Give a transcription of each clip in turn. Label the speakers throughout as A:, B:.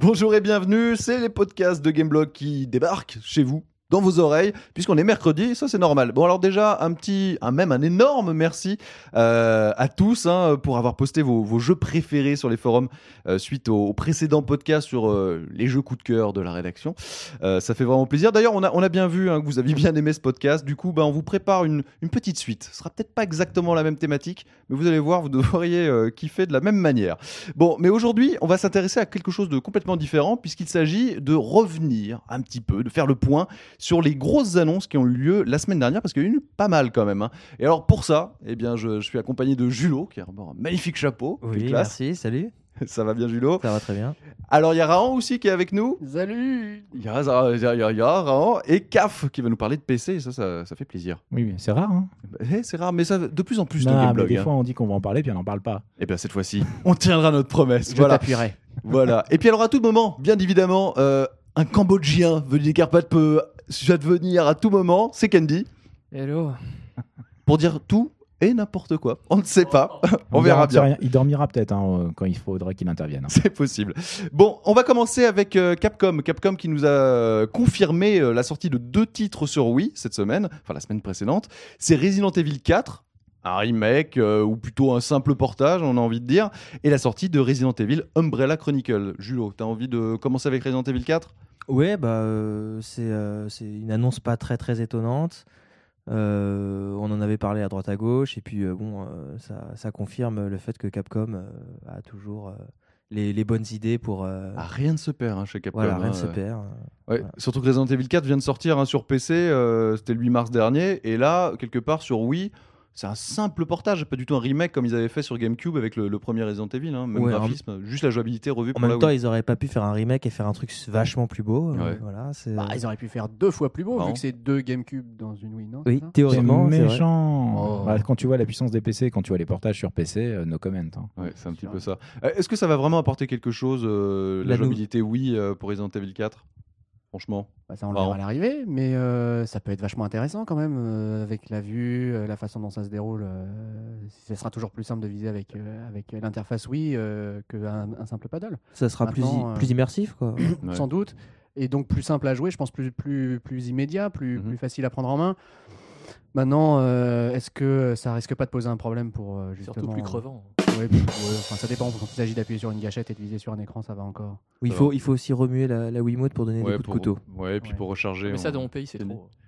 A: Bonjour et bienvenue, c'est les podcasts de Gameblog qui débarquent chez vous, dans vos oreilles, puisqu'on est mercredi, ça c'est normal. Bon alors déjà, un petit, un, même un énorme merci euh, à tous hein, pour avoir posté vos, vos jeux préférés sur les forums euh, suite au, au précédent podcast sur euh, les jeux coup de cœur de la rédaction. Euh, ça fait vraiment plaisir. D'ailleurs, on a, on a bien vu hein, que vous aviez bien aimé ce podcast. Du coup, bah, on vous prépare une, une petite suite. Ce sera peut-être pas exactement la même thématique, mais vous allez voir, vous devriez euh, kiffer de la même manière. Bon, mais aujourd'hui, on va s'intéresser à quelque chose de complètement différent, puisqu'il s'agit de revenir un petit peu, de faire le point sur les grosses annonces qui ont eu lieu la semaine dernière, parce qu'il y en a eu pas mal quand même. hein. Et alors, pour ça, eh bien, je, je suis accompagné de Julot, qui arbore un magnifique chapeau. Quelle
B: Oui,
A: classe.
B: merci, salut.
A: Ça va bien, Julot.
B: Ça va très bien.
A: Alors, il y a Raon aussi qui est avec nous.
C: Salut
A: Il y a, Ra- il y a- il y a- il y a Raon et CAF qui va nous parler de PC, et ça, ça, ça fait plaisir.
D: Oui, mais c'est rare. Hein
A: Bah, eh, c'est rare, mais ça, de plus en plus
D: Non,
A: dans
D: mais
A: Gameblog.
D: des fois, on dit qu'on va en parler, puis on n'en parle pas.
A: Et bien cette fois-ci, on tiendra notre promesse.
B: Je
A: voilà.
B: t'appuierai.
A: voilà. Et puis alors à tout moment, bien évidemment, euh, un Cambodgien venu des Carpates peut advenir à tout moment, c'est Candy,
C: Hello
A: pour dire tout et n'importe quoi. On ne sait pas, on verra
D: garantit
A: bien.
D: rien. Il dormira peut-être hein, euh, quand il faudra qu'il intervienne. hein.
A: C'est possible. Bon, on va commencer avec euh, Capcom. Capcom qui nous a euh, confirmé euh, la sortie de deux titres sur Wii cette semaine, enfin la semaine précédente. C'est Resident Evil 4, un remake euh, ou plutôt un simple portage, on a envie de dire, et la sortie de Resident Evil Umbrella Chronicle. Julo, t'as envie de commencer avec Resident Evil 4
B: Ouais, bah, euh, c'est euh, c'est une annonce pas très très étonnante. Euh, on en avait parlé à droite à gauche, et puis euh, bon, euh, ça, ça confirme le fait que Capcom euh, a toujours euh, les, les bonnes idées pour. euh,
A: Ah, Rien ne se perd hein, chez Capcom.
B: voilà, rien ne
A: hein,
B: se
A: euh.
B: perd.
A: Ouais,
B: Voilà.
A: Surtout que Resident Evil 4 vient de sortir hein, sur PC, euh, c'était le 8 mars dernier, et là, quelque part sur Wii, c'est un simple portage, pas du tout un remake comme ils avaient fait sur GameCube avec le, le premier Resident Evil, hein, même
B: Ouais, en-
A: graphisme, juste la jouabilité revue
B: En
A: pour la
B: même temps,
A: Wii.
B: ils auraient pas pu faire un remake et faire un truc vachement plus beau. euh,
A: Bah Ouais.
B: voilà, c'est-
C: Bah, Ils auraient pu faire deux fois plus beau,
A: Marrant.
C: vu que c'est deux GameCube dans une Wii, non
B: Oui,
C: c'est ça
D: C'est
B: théoriquement, c'est vrai.
D: méchant.
C: Oh.
D: Bah, quand tu vois la puissance des PC, quand tu vois les portages sur PC, euh, no comment. hein.
A: Ouais, c'est un petit peu ça. Euh, Est-ce que ça va vraiment apporter quelque chose, euh, la,
B: La nou-
A: jouabilité Wii euh, pour Resident Evil 4 Franchement.
C: Bah, Ça, on le
A: Marrant.
C: verra à l'arrivée, mais euh, ça peut être vachement intéressant quand même, euh, avec la vue, euh, la façon dont ça se déroule. euh, ce sera toujours plus simple de viser avec, euh, avec l'interface Wii euh, qu'un un simple paddle,
B: Ça sera plus,
C: Maintenant,
B: i-
C: euh,
B: plus immersif, quoi.
A: Ouais.
C: sans doute. Et donc plus simple à jouer, je pense plus, plus, plus immédiat, plus,
A: Mhm.
C: plus facile à prendre en main. Maintenant, euh, est-ce que ça risque pas de poser un problème pour euh, justement...
E: Surtout plus crevant.
C: Ouais, puis- ouais, enfin, ça dépend. Quand il s'agit d'appuyer sur une gâchette et de viser sur un écran, ça va encore.
B: Oui, il,
A: Ça
B: faut, il faut aussi remuer la, la Wiimote pour donner
A: Ouais,
B: des coups
A: pour-
B: de couteau.
A: Ouais, et puis
C: Ouais.
A: pour recharger.
E: Mais ça,
A: on-
E: dans mon pays, c'est trop.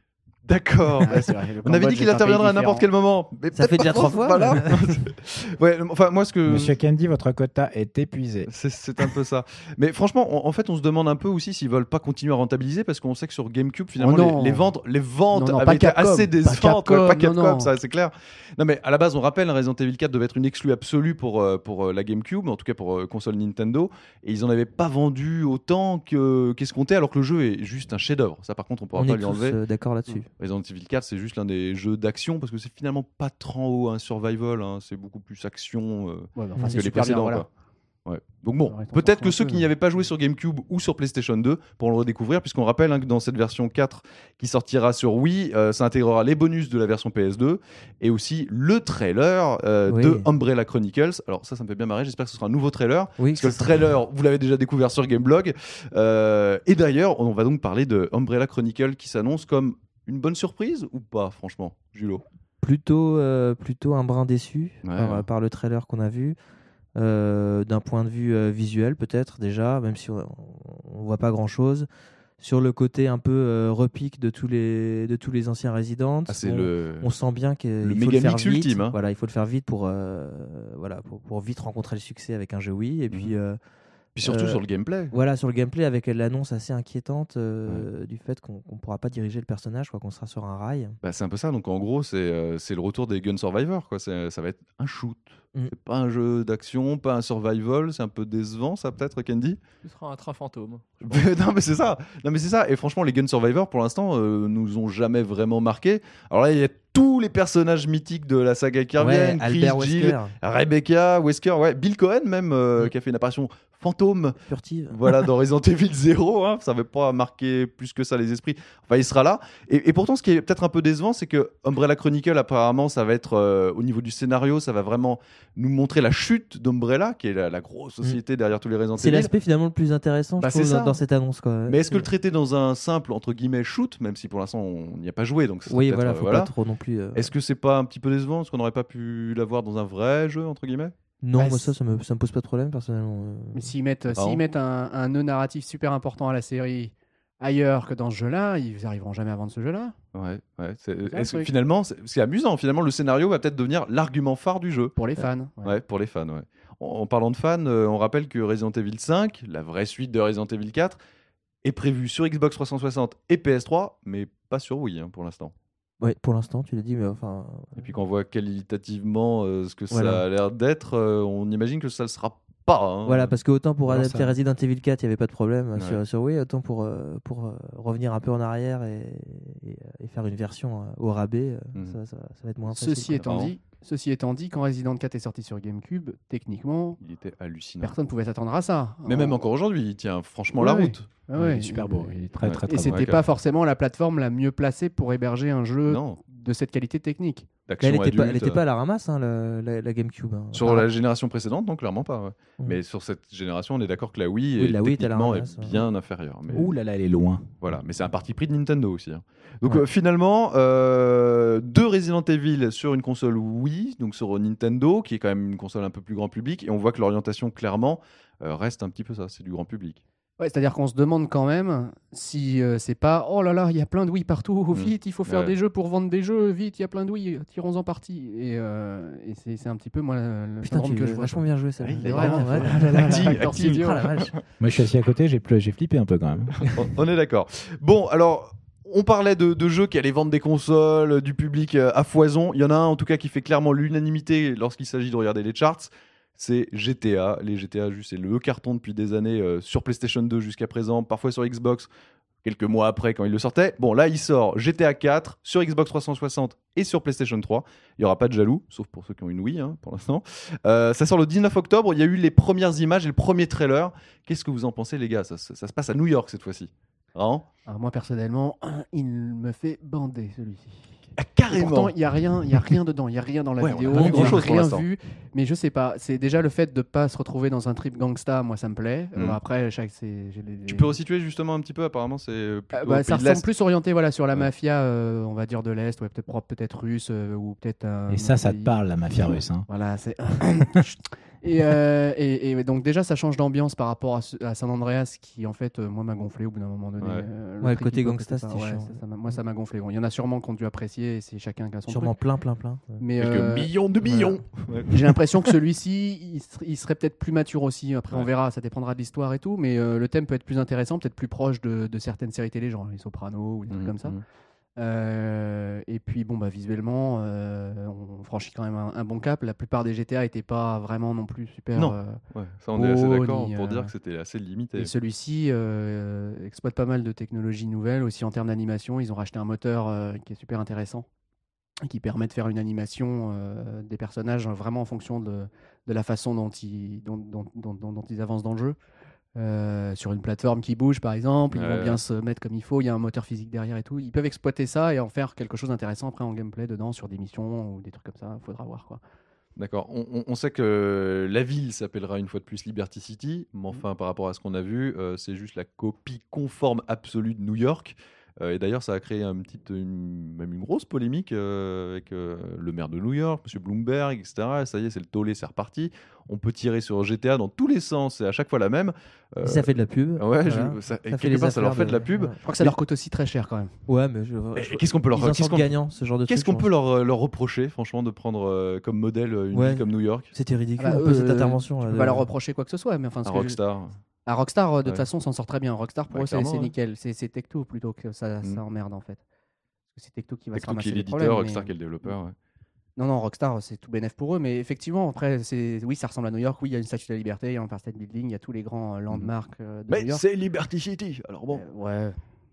A: D'accord. bah, On avait dit qu'il interviendrait à n'importe quel moment. Mais
B: Ça
A: peut-être
B: fait
A: pas
B: déjà
A: trop,
B: trois fois,
A: voilà. ouais, enfin, moi, ce que.
D: Monsieur Candy, votre quota est épuisé.
A: C'est- C'est un peu ça. Mais franchement, on- en fait, on se demande un peu aussi s'ils veulent pas continuer à rentabiliser parce qu'on sait que sur GameCube, finalement,
C: Oh non.
A: les, les ventes, les ventes
C: Non, non,
A: avaient
C: pas
A: été
C: Capcom,
A: assez
C: pas
A: décevantes. ouais,
C: Capcom,
A: pas
C: non,
A: Capcom,
C: non.
A: ça, c'est clair. Non, mais à la base, on rappelle, Resident Evil 4 devait être une exclue absolue pour, euh, pour euh, la GameCube, en tout cas pour euh, console Nintendo, et ils en avaient pas vendu autant que qu'est-ce qu'on alors que le jeu est juste un chef-d'œuvre. Ça, par contre, on pourra
B: On
A: pas
B: est
A: lui
B: tous
A: enlever.
B: euh, d'accord là-dessus.
A: Resident Evil 4, c'est juste l'un des jeux d'action parce que c'est finalement pas trop un survival, hein, c'est beaucoup plus action. euh,
B: enfin,
A: que les précédents. quoi. Ouais. Donc bon,
C: Ça reste
A: peut-être
C: encore
A: que
C: un
A: ceux
C: peu, euh,
A: qui n'y
C: mais-
A: avaient pas joué sur GameCube ou sur PlayStation 2 pourront le redécouvrir, puisqu'on rappelle hein, que dans cette version 4 qui sortira sur Wii, euh, ça intégrera les bonus de la version PS2 et aussi le trailer euh,
B: Oui.
A: de Umbrella Chronicles. Alors ça, ça me fait bien marrer, j'espère que ce sera un nouveau trailer,
B: Oui,
A: parce que le trailer, vous l'avez déjà découvert sur Gameblog. Euh, et d'ailleurs, on va donc parler de Umbrella Chronicles qui s'annonce comme une bonne surprise ou pas, franchement, Julo
B: plutôt, euh, plutôt un brin déçu
A: Ouais,
B: par, euh,
A: ouais.
B: par le trailer qu'on a vu. Euh, D'un point de vue euh, visuel, peut-être déjà, même si on, on voit pas grand-chose. Sur le côté un peu euh, repique de tous les, de tous les anciens résidents,
A: Ah, c'est le...
B: on sent bien qu'il
A: le
B: faut
A: méga
B: le faire
A: mix
B: vite.
A: ultime, hein.
B: Voilà, il faut le faire vite pour, euh, voilà, pour, pour vite rencontrer le succès avec un jeu Wii. Et
A: Mhm.
B: puis euh,
A: Puis surtout
B: euh,
A: sur le gameplay.
B: voilà, sur le gameplay, avec l'annonce assez inquiétante euh, du fait qu'on ne pourra pas diriger le personnage, quoi, qu'on sera sur un rail.
A: Bah, c'est un peu ça. Donc en gros, c'est euh, c'est le retour des Gun Survivor. Quoi. C'est- Ça va être un shoot.
B: Mm.
A: C'est pas un jeu d'action, pas un survival. C'est un peu décevant, ça peut-être, Candy.
E: Ce sera un train fantôme.
A: Mais non, mais c'est ça. Non, mais c'est ça. Et franchement, les Gun Survivor, pour l'instant, euh, nous ont jamais vraiment marqué. Alors là, il y a tous les personnages mythiques de la saga qui
B: Ouais,
A: reviennent. Chris,
B: Albert
A: Jill,
B: Wesker.
A: Rebecca, Wesker, ouais, Bill Cohen même, euh,
B: Mm.
A: qui a fait une apparition fantôme
B: furtive.
A: voilà, dans Resident Evil 0, hein, ça n'avait pas marqué plus que ça les esprits. Enfin, il sera là. Et, et pourtant, ce qui est peut-être un peu décevant, c'est que Umbrella Chronicle, apparemment, ça va être, euh, au niveau du scénario, ça va vraiment nous montrer la chute d'Umbrella, qui est la, la grosse société derrière tous les Resident
B: Mm. C'est Mm.
A: Evil.
B: l'aspect finalement le plus intéressant je
A: Bah,
B: trouve,
A: c'est ça.
B: dans, dans cette annonce. Quoi. Euh,
A: Mais est-ce que le traiter dans un simple, entre guillemets, shoot, même si pour l'instant on n'y a pas joué, donc ça sera
B: Oui,
A: peut-être,
B: voilà,
A: euh,
B: faut pas trop non plus. euh,
A: Est-ce que c'est pas un petit peu décevant Est-ce qu'on n'aurait pas pu l'avoir dans un vrai jeu, entre guillemets
B: Non,
C: Bah,
B: moi ça,
C: c'est-
B: ça me, ça me pose pas de problème personnellement. euh.
C: Mais s'ils mettent,
A: Apparemment.
C: s'ils mettent un, un nœud narratif super important à la série ailleurs que dans ce jeu-là, ils arriveront jamais à vendre ce jeu-là.
A: Ouais, ouais. c'est-
C: ça,
A: est-ce que
C: oui.
A: finalement, c'est c'est amusant, finalement, le scénario va peut-être devenir l'argument phare du jeu.
C: Pour les fans. ouais.
A: Ouais, pour les fans, ouais. En, en parlant de fans, euh, on rappelle que Resident Evil 5, la vraie suite de Resident Evil 4, est prévue sur Xbox 360 et PS3, mais pas sur Wii hein, pour l'instant.
B: Ouais, pour l'instant, tu l'as dit, mais enfin.
A: Et puis quand on voit qualitativement euh, ce que ça
B: Voilà.
A: a l'air d'être, euh, on imagine que ça le sera pas. hein.
B: Voilà, parce que autant pour
D: Alors
B: adapter
D: ça-
B: Resident Evil 4, il n'y avait pas de problème euh,
A: Ouais.
B: sur, sur Wii, autant pour, euh, pour euh, revenir un peu en arrière et, et, et faire une version euh, au rabais, euh,
A: Mhm.
B: ça, ça- ça va être moins facile.
C: Ceci
B: quoi.
C: étant
A: Apparemment.
C: dit, ceci étant dit, quand Resident 4 est sorti sur GameCube, techniquement,
A: Il était hallucinant.
C: personne ne pouvait s'attendre à ça.
A: Mais même
B: Oh.
C: On-
A: encore aujourd'hui, il tient franchement
C: Ouais,
A: la
C: ouais.
A: route.
C: Ah
D: Il
C: ouais,
D: est super
C: il-
D: beau. Il est très,
A: Ouais.
D: très, très
C: Et
D: beau.
C: c'était
A: Ouais,
C: pas forcément la plateforme la mieux placée pour héberger un jeu
A: Non,
C: de cette qualité technique.
B: Mais
A: d'action
B: elle n'était pas, elle
A: adulte. euh.
B: était pas à la ramasse, hein, la, la- la GameCube. hein.
A: Sur
B: Enfin,
A: la génération précédente, non, clairement pas. ouais.
B: Mhm.
A: Mais sur cette génération, on est d'accord que la Wii,
B: Oui,
A: est,
B: la Wii était à la
A: techniquement,
B: ramasse,
A: est
B: ouais.
A: bien inférieure. Mais...
D: Ouh là là, elle est loin.
A: Voilà, mais c'est un parti pris de Nintendo aussi. hein. Donc
B: Ouais.
A: euh, finalement, euh, deux Resident Evil sur une console Wii, donc sur Nintendo, qui est quand même une console un peu plus grand public, et on voit que l'orientation clairement euh, reste un petit peu ça, c'est du grand public.
C: Ouais, C'est-à-dire qu'on se demande quand même si euh, c'est pas oh là là, il y a plein de Wii partout,
A: Mm.
C: vite, il faut faire
A: Ouais.
C: des jeux pour vendre des jeux, vite, il y a plein de Wii, tirons-en parti. Et, euh, et c'est c'est un petit peu moi le
B: Putain,
C: syndrome
B: tu
C: que je
B: l'as
C: vois.
B: vachement Ah, bien joué, ça.
A: Ouais, Ah, il est vraiment fort.
C: Acting, acting.
B: Oh
D: Moi, je suis assis à côté, j'ai pleu- j'ai flippé un peu quand même.
A: on, on est d'accord. Bon, alors. On parlait de, de jeux qui allaient vendre des consoles, euh, du public euh, à foison. Il y en a un en tout cas qui fait clairement l'unanimité lorsqu'il s'agit de regarder les charts. C'est GTA. Les GTA, juste, c'est le carton depuis des années euh, sur PlayStation 2 jusqu'à présent, parfois sur Xbox, quelques mois après quand il le sortait. Bon, là, il sort GTA 4 sur Xbox 360 et sur PlayStation 3. Il n'y aura pas de jaloux, sauf pour ceux qui ont une Wii hein, pour l'instant. Euh, ça sort le 19 octobre. Il y a eu les premières images et le premier trailer. Qu'est-ce que vous en pensez, les gars ça, se- ça se passe à New York cette fois-ci. Hein
C: Alors moi personnellement, il me fait bander celui-ci. Et
A: Ah, Carrément.
C: Pourtant, il n'y a rien, il y a rien dedans, il y a rien dans la
A: Ouais, on
C: vidéo,
A: a pas vu
C: j'ai
A: grand-chose pour
C: rien
A: l'instant.
C: vu. Mais je sais pas, c'est déjà le fait de pas se retrouver dans un trip gangsta, moi ça me plaît. Euh,
A: Mm.
C: après, chaque c'est. j'ai les-
A: tu peux resituer justement un petit peu. Apparemment, c'est euh,
C: Euh,
A: plutôt
C: bah,
A: au
C: ça
A: pays de
C: ressemble
A: l'Est.
C: plus orienté voilà sur la
A: Ouais.
C: mafia, euh, on va dire de l'est, ouais, peut-être propre, peut-être russe euh, ou peut-être. un
D: Et ça,
C: autre
D: ça te
C: pays.
D: parle, la mafia russe. hein.
C: Voilà, c'est. et, euh, et, et donc déjà ça change d'ambiance par rapport à, ce- à San Andreas qui en fait euh, moi m'a gonflé au bout d'un moment donné.
A: Ouais.
C: Euh,
B: Ouais, le
C: trip
B: côté
C: hip-hop,
B: gangsta,
C: c'était pas-
B: c'était
C: ouais,
B: chiant.
C: ça- ça m'a- moi ça m'a gonflé. Bon, il y en a sûrement qui ont dû apprécier, et c'est chacun qui a son
B: Sûrement
C: truc.
B: plein, plein, plein. ouais.
C: Mais
A: Quelques
C: euh,
A: millions de
C: voilà.
A: millions. Ouais.
C: J'ai l'impression que celui-ci, il, ser- il serait peut-être plus mature aussi. Après,
A: Ouais.
C: on verra, ça dépendra de l'histoire et tout. Mais euh, le thème peut être plus intéressant, peut-être plus proche de, de certaines séries télé, genre Les Sopranos ou des
A: Mm, Mmh,
C: trucs comme ça. Euh, et puis, bon, bah, visuellement, euh, on franchit quand même un, un bon cap. La plupart des GTA n'étaient pas vraiment non plus super.
A: Non.
C: euh,
A: Ouais, ça, on est assez
C: Oh,
A: d'accord
C: ni,
A: pour
C: euh,
A: dire que c'était assez limité.
C: et celui-ci euh, exploite pas mal de technologies nouvelles, aussi en termes d'animation. Ils ont racheté un moteur euh, qui est super intéressant, et qui permet de faire une animation euh, des personnages euh, vraiment en fonction de, de la façon dont ils, dont, dont- dont- dont- dont ils avancent dans le jeu. Euh, sur une plateforme qui bouge, par exemple, ils
A: Ouais,
C: vont
A: ouais.
C: bien se mettre comme il faut. Il y a un moteur physique derrière et tout. Ils peuvent exploiter ça et en faire quelque chose d'intéressant après en gameplay dedans, sur des missions ou des trucs comme ça. Faudra voir quoi.
A: D'accord. On, on- on sait que la ville s'appellera une fois de plus Liberty City,
B: Mm.
A: mais enfin, par rapport à ce qu'on a vu, euh, c'est juste la copie conforme absolue de New York. Euh, et d'ailleurs, ça a créé un petit, une- même une grosse polémique euh, avec euh, le maire de New York, M. Bloomberg, etc. Ça y est, c'est le tollé, c'est reparti. On peut tirer sur GTA dans tous les sens, et à chaque fois la même. Euh,
B: Et Ça fait de la pub.
A: ouais, je- ça- et
B: voilà. Ça fait
A: quelque
B: les
A: part, ça leur
B: affaires
A: fait de la pub.
B: voilà.
C: Je crois que ça leur coûte aussi très cher quand même.
B: Ouais, mais je- je-
A: Et Qu'est-ce qu'on peut leur
B: ils en
A: qu'est-ce
B: sortent
A: qu'on-
B: gagnants, ce genre de
A: Qu'est-ce
B: truc, hein.
A: qu'on
B: je
A: peut leur, euh, leur reprocher, franchement, de prendre euh, comme modèle euh, une
B: Ouais.
A: ville comme New York
B: pense. C'était ridicule
C: Ah bah,
B: un peu,
C: euh,
B: cette intervention.
C: On
B: là,
C: va
B: de-
C: leur reprocher quoi que ce soit, mais enfin, ce
A: à
C: que je-
A: Rockstar
C: À Rockstar, euh, de
A: Ouais.
C: toute façon, s'en sort très bien. Rockstar, pour
A: Ouais,
C: eux, c'est
A: clairement,
C: c'est
A: ouais.
C: nickel. C'est c'est Tech2 plutôt que ça,
A: Mm.
C: ça emmerde, en fait. C'est Tech2 qui va
A: Tecmo
C: se
A: qui
C: ramasser
A: est
C: les
A: l'éditeur,
C: problèmes,
A: Rockstar
C: mais-
A: qui est le développeur. ouais.
C: Non, non, Rockstar, euh, c'est tout bénef pour eux. Mais effectivement, après, c'est- oui, ça ressemble à New York. Oui, il y a une statue de la liberté, il y a un Empire State Building, il y a tous les grands
A: Mmh.
C: euh, landmarks euh, de New York.
A: c'est Liberty City. Alors
C: Euh, ouais.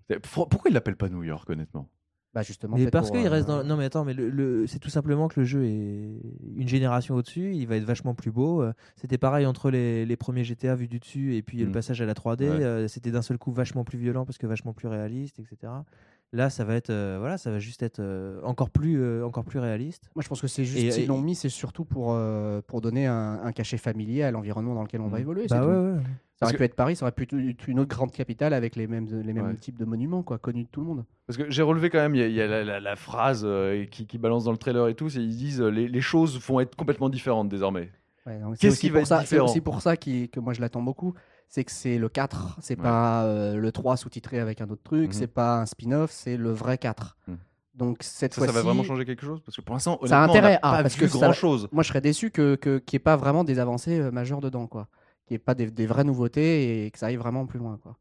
A: C'est- fr- pourquoi ils l'appellent pas New York, honnêtement
C: Bah justement.
B: Mais
C: peut-être
B: parce
C: pour,
B: qu'il
C: euh,
B: reste dans... Non mais attends, mais le, le- c'est tout simplement que le jeu est une génération au-dessus, il va être vachement plus beau. Euh, C'était pareil entre les, les premiers GTA vus du dessus et puis
A: Mm.
B: le passage à la 3D,
A: Ouais.
B: euh, c'était d'un seul coup vachement plus violent parce que vachement plus réaliste, etc. Là, ça va être, euh, voilà, ça va juste être euh, encore plus, euh, encore plus réaliste.
C: Moi, je pense que c'est
B: Et-
C: juste s'ils
B: et-
C: l'ont mis, c'est surtout pour, euh, pour donner un, un cachet familier à l'environnement dans lequel on va
A: Mm.
C: évoluer. c'est
B: Bah
C: tout.
B: ouais, ouais.
C: Ça
A: Parce
C: aurait pu être Paris, ça aurait pu être une autre grande capitale avec les mêmes, les mêmes
A: Ouais.
C: types de monuments, quoi, connus de tout le monde.
A: Parce que j'ai relevé quand même, il y a, il y a la, la- la phrase euh, qui, qui balance dans le trailer et tout, c'est ils disent euh, les, les choses vont être complètement différentes désormais.
C: Ouais, donc c'est
A: Qu'est-ce
C: aussi
A: qui va
C: pour
A: être
C: ça- C'est
A: différent
C: aussi pour ça qui- que moi je l'attends beaucoup. C'est que c'est le 4, c'est
A: Ouais.
C: pas euh, le 3 sous-titré avec un autre truc,
A: Mhm.
C: c'est pas un spin-off, c'est le vrai 4.
A: Mhm.
C: Donc cette
A: Ça, ça va
C: fois-ci,
A: vraiment changer quelque chose Parce que pour l'instant,
C: Ça a
A: honnêtement, on
C: intérêt,
A: n'a
C: ah,
A: pas
C: parce
A: vu
C: que ça-
A: grand chose.
C: moi je serais déçu que que- qu'il n'y ait pas vraiment des avancées euh, majeures dedans, quoi. Qu'il n'y ait pas des, des vraies nouveautés et que ça aille vraiment plus loin, quoi.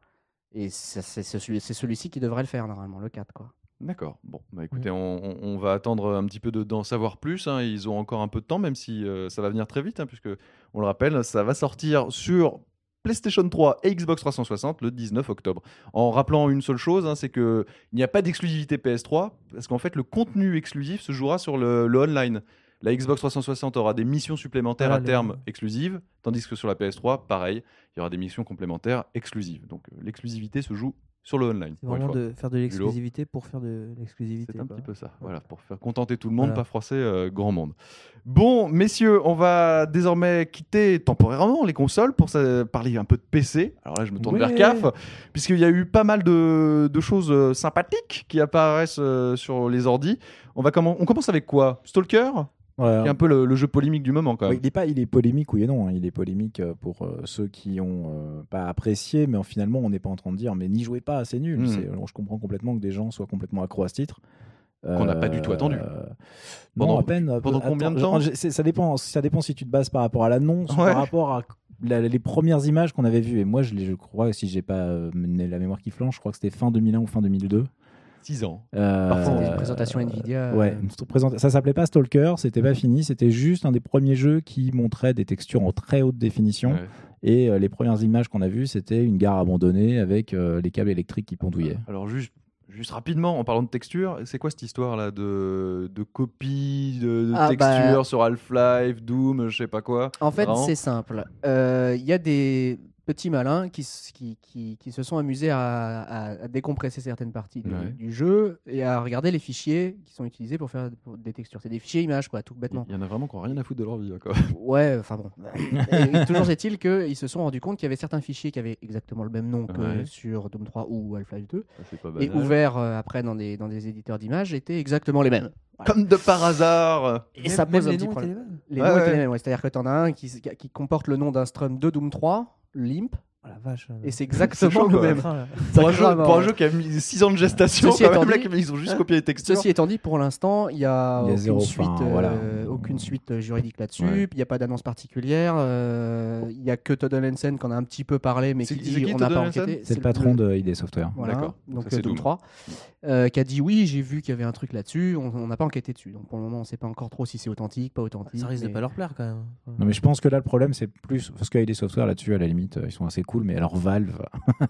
C: Et ça- c'est c'est celui- c'est celui-ci qui devrait le faire normalement, le 4, quoi.
A: D'accord. Bon, bah
B: Mm.
A: écoutez, on, on- on va attendre un petit peu de- d'en savoir plus. hein. Ils ont encore un peu de temps, même si euh, ça va venir très vite, hein, puisque on le rappelle, ça va sortir sur PlayStation 3 et Xbox 360 le 19 octobre. En rappelant une seule chose, hein, c'est que il n'y a pas d'exclusivité PS3, parce qu'en fait, le contenu exclusif se jouera sur le, le online. La Xbox 360 aura des missions supplémentaires
B: Ah,
A: à
B: le-
A: terme exclusives, tandis que sur la PS3, pareil, il y aura des missions complémentaires exclusives. Donc euh, l'exclusivité se joue sur le online.
B: C'est
A: pour une
B: vraiment
A: fois.
B: de faire de
A: lot.
B: l'exclusivité pour faire de l'exclusivité.
A: C'est un
B: quoi.
A: petit peu ça. Voilà, pour faire contenter tout le monde,
B: Voilà.
A: pas froisser euh, grand monde. Bon, messieurs, on va désormais quitter temporairement les consoles pour ça- parler un peu de PC. Alors là, je me tourne
B: Ouais.
A: vers CAF, puisqu'il y a eu pas mal de, de choses euh, sympathiques qui apparaissent euh, sur les ordis. On, va commen- on commence avec quoi Stalker
B: Ah.
A: Qui est un peu le, le jeu polémique du moment, quand
D: Ouais,
A: même.
D: il est pas, il est polémique oui et non. hein. Il est polémique euh, pour euh, ceux qui ont euh, pas apprécié, mais en- finalement on n'est pas en train de dire mais n'y jouez pas, c'est nul.
A: Mm.
D: C'est- alors, je comprends complètement que des gens soient complètement accros à ce titre.
A: Qu'on n'a pas du tout attendu.
D: Pendant,
A: Pendant-
D: à peine. euh,
A: pendant combien de
D: je-
A: temps
D: je- c'est- ça dépend. Ça dépend si tu te bases par rapport à l'annonce, ou
A: Ouais.
D: par rapport à la- les premières images qu'on avait vues. Et moi, je, les- je crois, si j'ai pas euh, la mémoire qui flanche, je crois que c'était fin 2001 ou fin 2002.
A: 6 ans.
D: Euh,
A: Parfois,
C: C'était
A: Euh,
C: une présentation Nvidia.
D: Ouais,
C: euh,
D: une st- présenta- ça s'appelait pas Stalker, c'était
A: Mhm.
D: pas fini, c'était juste un des premiers jeux qui montrait des textures en très haute définition.
A: Ouais.
D: Et euh, les premières images qu'on a vues, c'était une gare abandonnée avec euh, les câbles électriques qui pendouillaient.
A: Euh, Alors juste, juste rapidement, en parlant de texture, c'est quoi cette histoire là de, de copie de, de
C: Ah,
B: bah,
A: texture sur Half-Life, Doom, je sais pas quoi
C: En fait,
A: Vraiment
C: c'est simple. Euh, Il y a des petits malins qui, s- qui, qui, qui se sont amusés à, à- à décompresser certaines parties du,
A: Ouais.
C: du jeu et à regarder les fichiers qui sont utilisés pour faire pour des textures. C'est des fichiers images, quoi, tout bêtement.
A: Il y en a vraiment qui n'ont rien à foutre de leur vie. hein, quoi.
C: Ouais, enfin bon. Et toujours est-il qu'ils se sont rendus compte qu'il y avait certains fichiers qui avaient exactement le même nom que
A: Ouais. Bah,
C: sur Doom 3 ou Half-Life 2
A: Ah, C'est pas
C: et ouverts euh, après dans des, dans des éditeurs d'images étaient exactement les mêmes.
A: Comme de par hasard. euh,
C: Et
B: Même-
C: ça
B: même
C: pose
B: les
C: un petit
B: noms étaient
C: problème.
B: les mêmes.
C: Les
A: Ouais,
C: noms étaient
A: ouais.
C: les mêmes, ouais. c'est-à-dire que t'en as un qui, s- qui comporte le nom d'un strum de Doom 3, l'IMP,
B: Oh la vache.
C: et c'est
A: C'est chaud,
C: exactement le
A: quoi.
C: même.
B: Ah, là.
A: Pour un,
C: C'est
A: jeu,
C: grave,
A: pour un
C: hein.
A: jeu qui a mis 6 ans de gestation,
C: Ceci
A: quand même,
C: étant
A: là,
C: dit-
A: ils ont juste copié les textures.
C: Ceci étant dit, pour l'instant, il n'y a,
D: Il y a
C: aucune,
D: zéro fin,
C: suite, euh,
D: voilà.
C: aucune suite euh, juridique là-dessus,
D: Ouais.
C: puis il n'y a pas d'annonce particulière, euh, il y n'y a que Todd Hansen qu'on a un petit peu parlé, mais
A: C'est-
C: qui
A: c'est
C: dit
A: qui,
C: on
A: Todd
C: n'a pas
A: Allensen
C: enquêté.
D: C'est le patron de ID Software.
C: Voilà,
A: D'accord.
C: donc
A: Ça, c'est
C: euh, Doom
A: Doom.
C: 3, euh, qui a dit oui, j'ai vu qu'il y avait un truc là-dessus, on on n'a pas enquêté dessus. Donc pour le moment, on ne sait pas encore trop si c'est authentique, pas authentique.
B: Ça risque de
C: mais-
B: pas leur plaire quand même.
D: Non mais je pense que là le problème c'est plus parce que ID Software là-dessus à la limite euh, ils sont assez cool mais alors Valve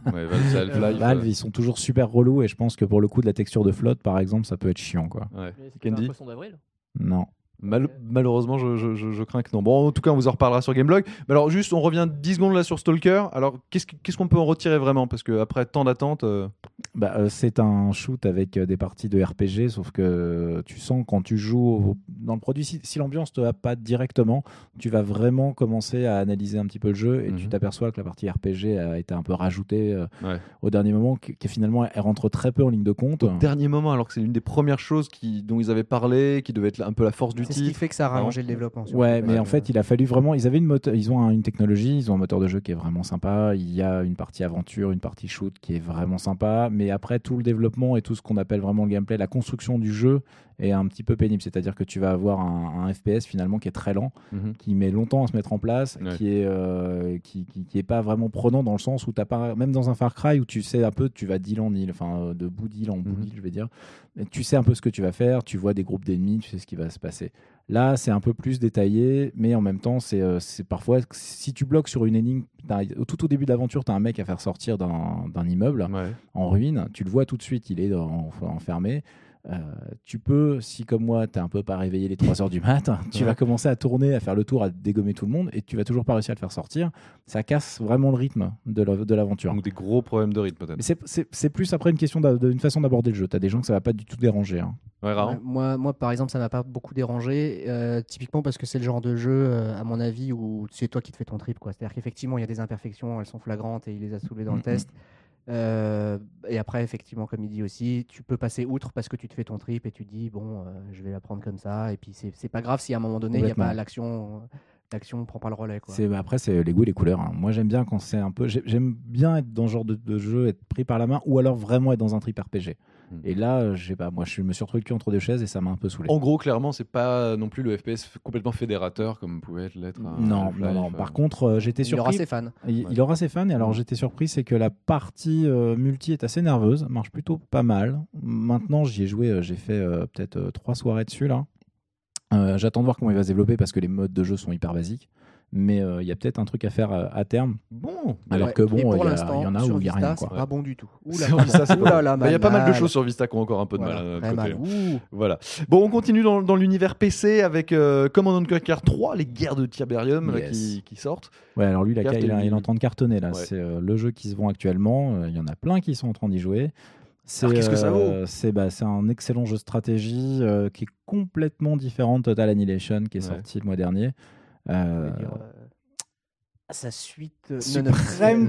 A: Ouais, Valve, c'est Half-Life,
D: Valve
A: euh,
D: ils sont toujours super relous et je pense que pour le coup de la texture de flotte par exemple ça peut être chiant quoi.
A: ouais. Candy.
E: Candy. poisson d'avril.
D: Non.
A: Mal- malheureusement, je, je- je- je crains que non. Bon, en tout cas, on vous en reparlera sur Gameblog. Mais alors, juste, on revient 10 secondes là sur Stalker. Alors, qu'est-ce que- qu'est-ce qu'on peut en retirer vraiment Parce que après tant d'attentes, euh,
D: Bah, euh, c'est un shoot avec euh, des parties de RPG, sauf que euh, tu sens quand tu joues au- dans le produit, si, si l'ambiance te va pas directement, tu vas vraiment commencer à analyser un petit peu le jeu et tu
A: Mhm.
D: t'aperçois que la partie RPG a été un peu rajoutée euh,
A: Ouais.
D: au dernier moment, qui, qui finalement elle rentre très peu en ligne de compte.
A: dernier moment, alors que c'est l'une des premières choses qui, dont ils avaient parlé, qui devait être un peu la force du
C: C'est ce qui
A: titre.
C: fait que ça a
A: Vraiment.
C: rallongé le développement. surtout,
D: Ouais,
C: parce
D: mais
C: que-
D: en fait, il a fallu vraiment. Ils avaient une mote- ils ont un- une technologie, ils ont un moteur de jeu qui est vraiment sympa. Il y a une partie aventure, une partie shoot qui est vraiment sympa. Mais après, tout le développement et tout ce qu'on appelle vraiment le gameplay, la construction du jeu est un petit peu pénible. C'est-à-dire que tu vas avoir un, un FPS finalement qui est très lent,
A: Mhm.
D: qui met longtemps à se mettre en place,
A: Ouais.
D: qui est euh, qui, qui- qui est pas vraiment prenant dans le sens où t'as pas même dans un Far Cry où tu sais un peu, tu vas d'île en île, enfin euh, de bout d'île en bout
A: Mhm.
D: d'île, je vais dire. Mais tu sais un peu ce que tu vas faire, tu vois des groupes d'ennemis, tu sais ce qui va se passer. Là, c'est un peu plus détaillé, mais en même temps, c'est euh, c'est parfois si tu bloques sur une énigme, t'as- tout au début de l'aventure, t'as un mec à faire sortir d'un d'un immeuble
A: Ouais.
D: en ruine, tu le vois tout de suite, il est en- enfermé. euh, tu peux, si comme moi, t'es un peu pas réveillé les 3 heures du matin, tu
B: Ouais.
D: vas commencer à tourner, à faire le tour, à dégommer tout le monde, et tu vas toujours pas réussir à le faire sortir. Ça casse vraiment le rythme de la- de l'aventure.
A: Donc des gros problèmes de rythme
D: Mais
A: peut-être.
D: c'est- c'est c'est plus après une question d'a- d'une façon d'aborder le jeu. T'as des gens que ça va pas du tout déranger. hein.
A: Ouais, Raon
C: Ouais, moi, moi, par exemple, ça m'a pas beaucoup dérangé, euh, typiquement parce que c'est le genre de jeu, euh, à mon avis, où c'est toi qui te fais ton trip. quoi. C'est-à-dire qu'effectivement, il y a des imperfections, elles sont flagrantes et il les a soulevées dans
D: Mhm.
C: le test. Euh, et après, effectivement, comme il dit aussi, tu peux passer outre parce que tu te fais ton trip et tu te dis, bon, euh, je vais la prendre comme ça. Et puis, c'est c'est pas grave si à un moment donné, il n'y a
D: Complètement.
C: pas l'action, l'action prend pas le relais. Quoi.
D: C'est bah, après c'est les goûts et les couleurs. hein. Moi j'aime bien quand c'est un peu j'ai- j'aime bien être dans ce genre de, de jeu être pris par la main ou alors vraiment être dans un trip RPG.
A: Mm.
D: Et là euh, je sais pas moi je me suis retrouvé le cul entre deux chaises et ça m'a un peu saoulé.
A: En gros, clairement, c'est pas non plus le FPS f- complètement fédérateur comme pouvait l'être. un
D: Non,
A: Half-Life,
D: non, non.
A: euh. Mm.
D: Par contre, euh, j'étais
C: il y aura
D: surpris.
C: ses fans.
D: Il,
A: Ouais.
D: il aura ses fans, et alors j'étais surpris, c'est que la partie euh, multi est assez nerveuse, marche plutôt pas mal. Maintenant, j'y ai joué, euh, j'ai fait euh, peut-être euh, trois soirées dessus là. Euh, J'attends de voir comment il va se développer parce que les modes de jeu sont hyper basiques, mais euh, il y a peut-être un truc à faire euh, à terme.
A: bon,
D: Alors
C: Ouais.
D: que bon,
C: Et
D: il y,
C: pour
D: a-
C: l'instant,
D: il y en a
C: sur
D: où il n'y a
C: Vista,
D: rien.
C: c'est
D: Quoi.
C: pas bon du tout. Ouh là
A: C'est vrai,
C: là,
A: ça, c'est
C: ouh
A: pas
C: là là,
A: Bah, Il y a pas mal de
C: malade.
A: choses sur Vista qui ont encore un peu de
C: Voilà,
A: mal. hein, de
C: très
A: notre côté.
C: mal. Ouh.
A: Voilà. Bon, on continue dans, dans l'univers PC avec euh, Command and Conquer 3, les guerres de Tiberium là,
D: Yes.
A: qui, qui sortent.
D: Ouais, alors lui, la
A: Carte
D: il, a-
A: et-
D: il est en train de cartonner là.
A: Ouais.
D: C'est euh, le jeu qui se vend actuellement. Euh, Il y en a plein qui sont en train d'y jouer. C'est,
A: Alors, qu'est-ce que ça
D: euh, C'est bah, c'est un excellent jeu de stratégie euh, qui est complètement différent de Total Annihilation qui est
A: Ouais.
D: sorti le mois dernier. Euh,
C: Je veux dire, euh, Sa suite. euh, non, non,
D: Supreme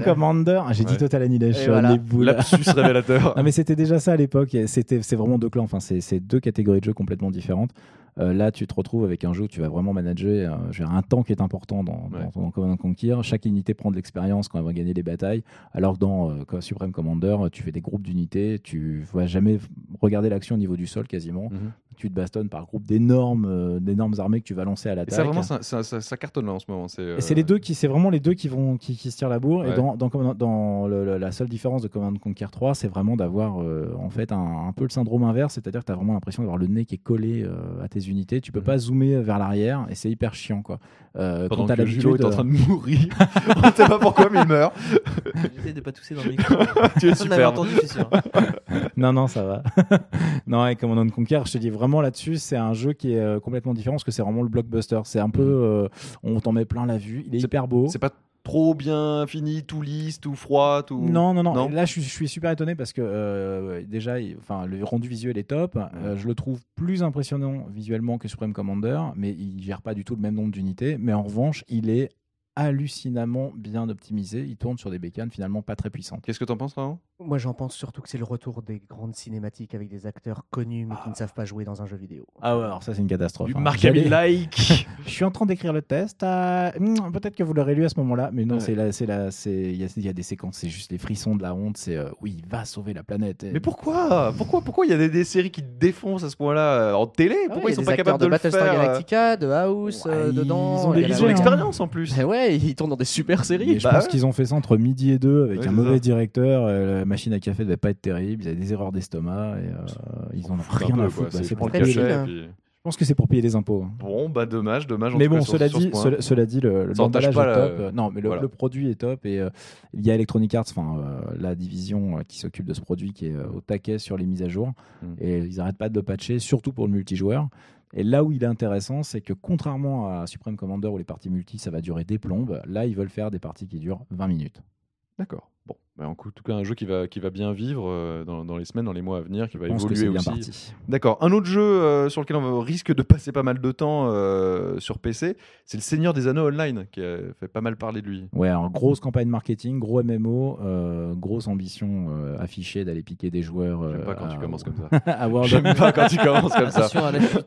C: euh,
D: Commander, Ah, j'ai
A: Ouais.
D: dit Total Annihilation,
C: Et voilà.
D: les boules.
A: Lapsus révélateur.
D: Non, Ah, mais c'était déjà ça à l'époque. Et C'était, c'est vraiment deux clans. Enfin, c'est, c'est deux catégories de jeux complètement différentes. Euh, là, tu te retrouves avec un jeu où tu vas vraiment manager euh, je veux dire, un temps qui est important dans,
A: Ouais.
D: dans, dans Command and Conquer. Chaque unité prend de l'expérience quand elle va gagner les batailles. Alors que dans euh, comme Supreme Commander, tu fais des groupes d'unités. Tu vas jamais regarder l'action au niveau du sol quasiment.
A: Mhm.
D: Tu te bastonnes par groupe d'énormes, euh, d'énormes armées que tu vas lancer à
A: Et
D: l'attaque.
A: ça, vraiment, ça, ça- ça- ça cartonne là en ce moment. C'est euh,
D: Et c'est les deux qui, c'est vraiment les deux qui vont qui, qui se tirent la bourre.
A: Ouais.
D: Et dans, dans, Command- dans le- le- la seule différence de Command Conquer 3, c'est vraiment d'avoir euh, en fait un, un peu le syndrome inverse, c'est-à-dire que tu as vraiment l'impression d'avoir le nez qui est collé euh, à tes unités. Tu peux
A: Mhm.
D: pas zoomer vers l'arrière et c'est hyper chiant quoi. Euh,
A: Pendant
D: quand t'as
A: que Julo
D: l'habitude,
A: est en train de mourir. on sait pas pourquoi, mais il meurt.
B: J'essaie de pas tousser dans le micro.
A: Tu es
B: Personne n'avait
A: superbe.
B: entendu, je suis sûr.
D: non non ça va. non et Command Conquer, je te dis vraiment là-dessus, c'est un jeu qui est euh, complètement différent parce que c'est vraiment le blockbuster. C'est un peu, euh, on t'en met plein la vue, il est, hyper beau.
A: Mm. C'est pas trop bien fini, tout lisse, tout froid, tout.
D: Non, non, non.
A: Non.
D: Là, je suis, je suis super étonné parce que euh, déjà, il- enfin, le rendu visuel est top. Euh, je le trouve plus impressionnant visuellement que Supreme Commander, mais il gère pas du tout le même nombre d'unités. Mais en revanche, il est hallucinamment bien optimisé. Il tourne sur des bécanes finalement pas très puissantes.
A: Qu'est-ce que t'en penses, Raon
C: Moi, j'en pense surtout que c'est le retour des grandes cinématiques avec des acteurs connus mais
A: Ah.
C: qui ne savent pas jouer dans un jeu vidéo.
D: Ah ouais, alors ça c'est une catastrophe.
A: Du
D: hein.
A: Mark
D: J'allais-
A: Hamill like.
D: Je suis en train d'écrire le test. euh, hmm, Peut-être que vous l'aurez lu à ce moment-là, mais non,
A: Ouais.
D: c'est là, c'est là, c'est il y, a- il y a des séquences, c'est juste les frissons de la honte. C'est euh, oui, il va sauver la planète. Et-
A: Mais pourquoi Pourquoi Pourquoi il y a des, des séries qui défoncent à ce point-là euh, en télé Pourquoi
C: Ah Ouais,
A: ils sont
C: il y a des
A: pas
C: acteurs
A: capables de, le
C: Battlestar
A: faire euh,
C: Galactica, de House,
D: Ouais,
C: euh,
D: ils
C: dedans.
D: ont
C: il y
D: des-
C: a
A: Ils
C: la-
A: ont
D: Ouais.
A: l'expérience en plus.
C: Mais ouais, ils tournent dans des super séries.
D: Mais je
A: bah
D: pense
A: ouais.
D: qu'ils ont fait ça entre midi et deux avec
A: Ouais,
D: un
A: c'est
D: mauvais
A: ça.
D: directeur. euh, la machine à café devait pas être terrible. Ils avaient des erreurs d'estomac et euh, ils en ont
A: Foutent un
D: rien
A: peu,
D: à
A: quoi,
D: foutre. bah,
A: c'est
D: c'est
A: pour
D: pour
A: le
C: le
D: payer-
C: calcul,
A: cachet.
C: hein.
A: et puis-
D: Je pense que c'est pour payer les impôts. hein.
A: Bon, bah dommage, dommage. en
D: Mais
A: tout cas,
D: bon,
A: sur-
D: cela,
A: sur ce
D: dit,
A: point.
D: cela, cela dit, le, le
A: Ça entache
D: l'emballage
A: pas la-
D: est top. Euh, Non, mais le,
A: voilà.
D: le produit est top et euh, il y a Electronic Arts, enfin euh, la division euh, qui s'occupe de ce produit, qui est euh, au taquet sur les mises à jour
A: Mm.
D: et ils n'arrêtent pas de le patcher, surtout pour le multijoueur. Et là où il est intéressant, c'est que contrairement à Supreme Commander où les parties multi ça va durer des plombes, là ils veulent faire des parties qui durent 20 minutes.
A: D'accord. Bon, bah, en tout cas, un jeu qui va, qui va bien vivre euh, dans, dans les semaines, dans les mois à venir, qui va
D: Je pense que
A: évoluer
D: c'est bien
A: aussi.
D: parti.
A: D'accord. Un autre jeu euh, sur lequel on risque de passer pas mal de temps euh, sur PC, c'est le Seigneur des Anneaux Online, qui a fait pas mal parler de lui.
D: Ouais, alors grosse campagne marketing, gros MMO, euh, grosse ambition euh, affichée d'aller piquer des joueurs euh,
A: J'aime pas quand
D: à,
A: tu commences comme ça.
D: à World of-
A: J'aime pas quand tu commences comme ça.
B: Attention à la chute.